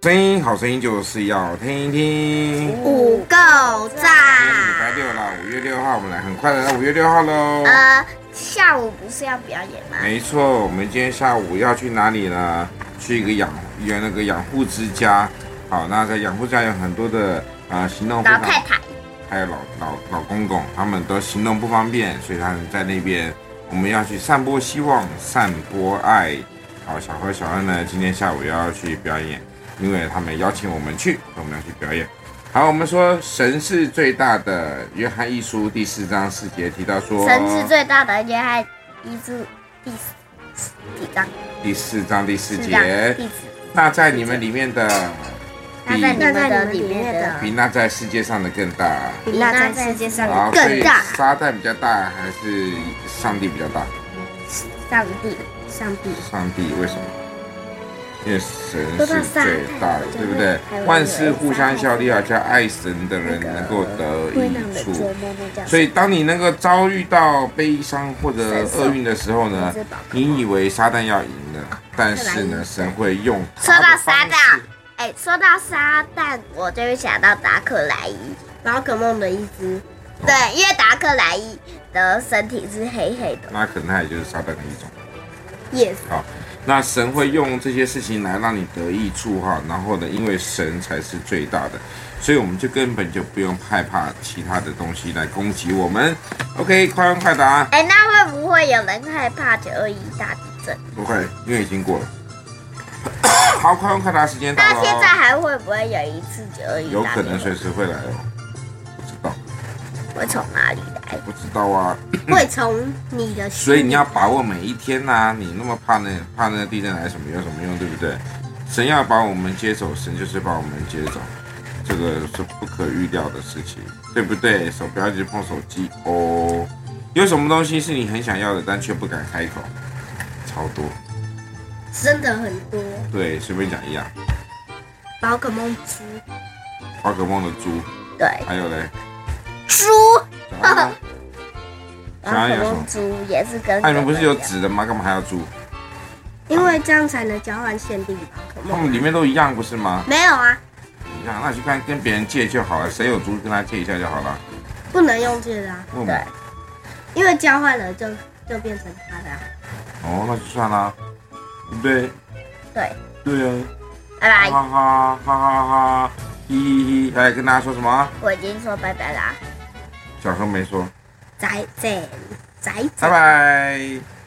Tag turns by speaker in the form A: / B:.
A: 听好声音就是要听一听。
B: 五够
A: 礼
B: 赞。
A: 拜六啦，五月六号，我们来很快的到五月六号喽。
B: 呃，下午不是要表演吗？
A: 没错，我们今天下午要去哪里呢？去一个养有那个养护之家。好，那在养护之家有很多的啊、呃行动不
B: 老
A: 方，
B: 太太，
A: 还有老老老公公，他们都行动不方便，所以他们在那边，我们要去散播希望，散播爱。好，小何、小恩呢，今天下午要去表演，因为他们邀请我们去，所以我们要去表演。好，我们说神是最大的，约翰一书第四章四节提到说，
B: 神是最大的约翰一书第四第几章？
A: 第四章第四
B: 是这样
A: 节，
B: 第四。
A: 那在你们里面的
B: 那在你
A: 比
B: 们的里面的
A: 比那在世界上的更大。
C: 比那在世界上的
A: 好，
B: 更
A: 所以
B: 大
A: 撒旦比较大还是上帝比较大？
B: 上帝，
C: 上帝
A: 上帝为什么？因为神
C: 都
A: 是
C: 到撒旦
A: 最大的，对不对
C: 还有？
A: 万事互相效力啊，叫爱神的人能够得
C: 会
A: 益
C: 让人
A: 处
C: 做。梦梦叫
A: 所以，当你能够遭遇到悲伤或者厄运的时候呢
C: 神是宝，啊贝
A: 你以为撒旦要赢了，但是呢，神会用
B: 说
A: 他
B: 到
A: 的
B: 撒
A: 方
B: 旦
A: 式。，
B: 哎，说到撒旦，我就会想到达克莱伊。
C: 宝可梦的一只，
B: 对，因为达克莱伊的身体是黑黑的。
A: 那可能他也就是撒旦的一种。
B: Yes，
A: 好，那神会用这些事情来让你得益处哈，然后呢，因为神才是最大的，所以我们就根本就不用害怕其他的东西来攻击我们。OK，快问快答，
B: 哎，那会不会有人害怕九二一大地震？
A: 不会，因为已经过了。 好，快问快答时间到
B: 那
A: 了
B: 现在
A: 哦，
B: 还会不会有一次九二一
A: 有
B: 大
A: 可
B: 地
A: 能随
B: 震？
A: 时会来哦，不知道，
B: 会从哪里来？
A: 不知道啊，
C: 会从你的
A: 所以你要把握每一天呐、你那么怕那怕那地震来什么有什么用，对不对？神要把我们接走，神就是把我们接走，这个是不可预料的事情，对不对？手不要一直碰手机哦。有什么东西是你很想要的，但却不敢开口？超多，
C: 真的很多
A: 对，随便讲一样。
C: 宝可梦猪，
A: 宝可梦的猪，
B: 对，
A: 还有嘞，
B: 猪，
A: 小安 呢小
B: 宝
A: 安有
B: 可
A: 什么
B: 梦？猪也是跟。
A: 哎、你们不是有？纸的吗？干嘛还要猪？
C: 因为这样才能交换限定宝可
A: 它
C: 梦。
A: 们里面都一样，不是吗？
C: 没有啊，
A: 一样，那你去看跟别人借就好
B: 嗯
A: 了，谁有猪跟他借一下就好了。
C: 不能用这个啊，
A: 问我
B: 对。
C: 因为交换了就就变成他的、啊。
A: 哦，那就算啦，对不对？
B: 对，哎
A: 对啊，
B: 拜拜，
A: 哈哈哈哈哈哈，嘻嘻嘻，还跟大家说什么？
B: 我已经说拜拜啦。
A: 小何没说，
C: 宅仔宅
A: 拜
C: 仔，
A: 拜。